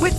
With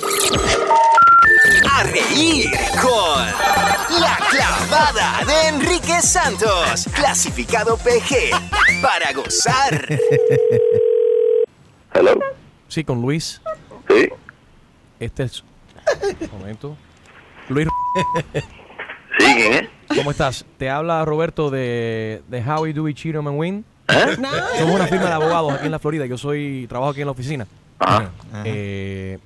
A reír con La clavada de Enrique Santos, clasificado PG, para gozar. Hello. Sí, con Luis. Sí. Este es. Un momento. Luis, Sí, ¿quién es? ¿cómo estás? Te habla Roberto de, de How We Do It, Cheatham and Win. ¿Eh? Somos una firma de abogados aquí en la Florida. Yo soy trabajo aquí en la oficina. Ajá. Eh,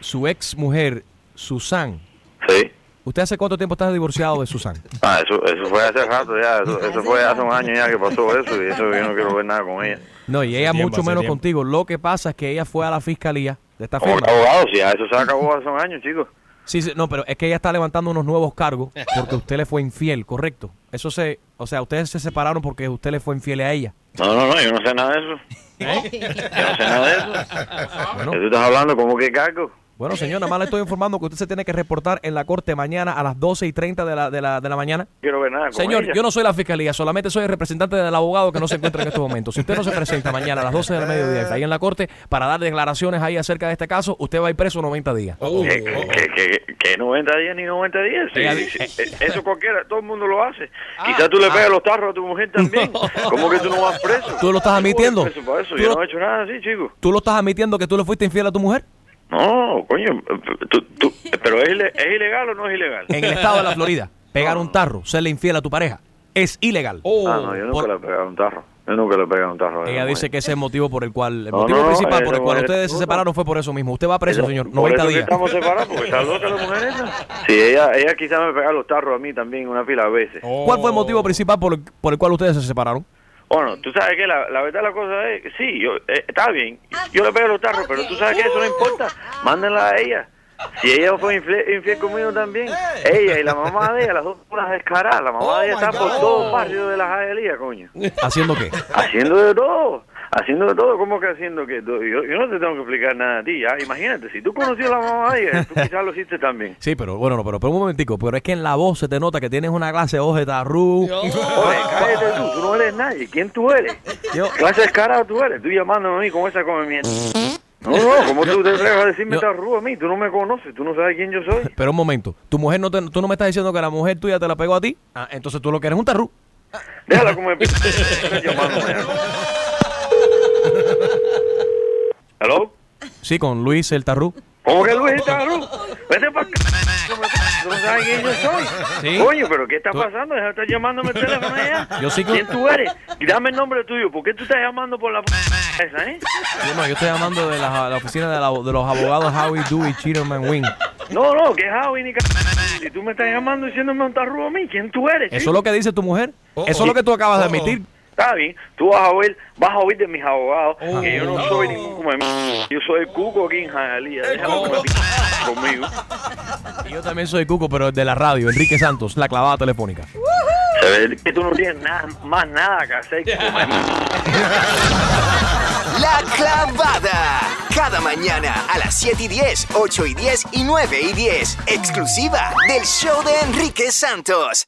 su ex mujer, Susan. Sí. ¿Usted hace cuánto tiempo estás divorciado de Susan? Ah, eso, eso fue hace rato ya. Eso, eso fue hace un año ya que pasó eso. Y eso yo no quiero ver nada con ella. No, y ella tiempo, mucho hace menos tiempo. contigo. Lo que pasa es que ella fue a la fiscalía de esta Como firma. que abogado, si ya eso se acabó hace un año, chicos. Sí, sí, no, pero es que ella está levantando unos nuevos cargos porque usted le fue infiel, correcto. Eso se, o sea, ustedes se separaron porque usted le fue infiel a ella. No, no, no, yo no sé nada de eso. Yo no sé nada de eso. Bueno, ¿Qué tú estás hablando? ¿Cómo que cargo? bueno señor, nada más le estoy informando que usted se tiene que reportar en la corte mañana a las 12 y 30 de la, de la, de la mañana. Quiero ver nada con Señor, ella. yo no soy la fiscalía, solamente soy el representante del abogado que no se encuentra en estos momentos. Si usted no se presenta mañana a las 12 del mediodía ahí en la corte para dar declaraciones ahí acerca de este caso, usted va a ir preso 90 días. ¿Qué, qué, qué- qué- qué 90 días ni 90 días? Sí, Ella sí, dice- sí, E, eso cualquiera, todo el mundo lo hace. Quizás tú le pegas los tarros a tu mujer también. ¿Cómo que tú no vas preso? ¿Tú lo estás Yo voy admitiendo? preso para eso, ¿Tú Yo lo- no he hecho nada así, chicos. ¿Tú lo estás admitiendo que tú le fuiste infiel a tu mujer? No, coño, tú- tú- pero es, ile- es ilegal o no es ilegal? en el estado de la Florida, pegar un tarro, serle infiel a tu pareja, es ilegal. Ah, no, yo nunca Por- le he pegado un tarro. Yo nunca le he pegado un tarro. a Ella esa dice mujer. que ese es el motivo por el cual, el No, motivo no, eh, no, principal por esa el cual mujer- ustedes se separaron fue por eso mismo. Usted va preso, Eso- señor, por 90 eso es que días. estamos separados, porque está loca la mujer esa. Sí, ella, ella quizás me pega los tarros a mí también una fila a veces. ¿Cuál fue el Oh. motivo principal por el, por el cual ustedes se separaron? Bueno, tú sabes que la, la verdad la cosa es, que sí, yo, eh, está bien, yo le pego los tarros, pero tú sabes que eso no importa, mándenla a ella. Si ella fue infle- infiel, conmigo también, ella y la mamá de ella, las dos son unas descaradas, la mamá de Oh ella está por todos barrios de la Jaelía, coño. ¿Haciendo qué? Haciendo de todo, haciendo de todo, ¿cómo que haciendo que todo? Yo, yo no te tengo que explicar nada a ti, ya, imagínate, si tú conocías a la mamá de ella, tú quizás lo hiciste también. Sí, pero bueno, no, pero, pero un momentico, pero es que en la voz se te nota que tienes una clase de oje tarru. Oye, cállate tú, tú no eres nadie. ¿Quién tú eres? Yo- Clase descarado tú eres. Tú llamándome a mí con esa comida. No, no, ¿cómo tú te atreves a decirme yo- esta rúa a mí? Tú no me conoces, tú no sabes quién yo soy. Pero un momento, tu mujer no te- tú no me estás diciendo que la mujer tuya te la pegó a ti, Ah, entonces tú lo que eres es un tarru. Déjala como empieza. Estás ¿eh? llamándome. ¿Aló? Sí, con Luis el tarru. ¿Cómo que Luis está rúa? Vete para acá. Tú no sabes quién yo soy. Sí. Coño, pero ¿qué está Tú- pasando? Deja de estar llamándome el teléfono allá. Yo sí que- ¿Quién tú eres? Y dame el nombre tuyo. ¿Por qué tú estás llamando por la p esa, eh? Yo no, yo estoy llamando de la, la oficina de, la- de los abogados Howie, Dewey, Cheatham and Wing. No, no, que Javi ni c- Si tú me estás llamando diciéndome un tarro a mí, ¿quién tú eres? Eso es lo que dice tu mujer. Eso es lo que tú acabas de admitir. Está bien, tú vas a oír, vas a oír de mis abogados que yo Oh, no soy ningún como de mí. Yo soy el cuco aquí en Jalía. Déjalo que me p- conmigo. Y yo también soy Cuco, pero de la radio, Enrique Santos, la clavada telefónica. Se ve que tú no tienes nada, más nada que hacer que comer. La clavada. Cada mañana a las 7 y 10, 8 y 10 y 9 y 10. Exclusiva del show de Enrique Santos.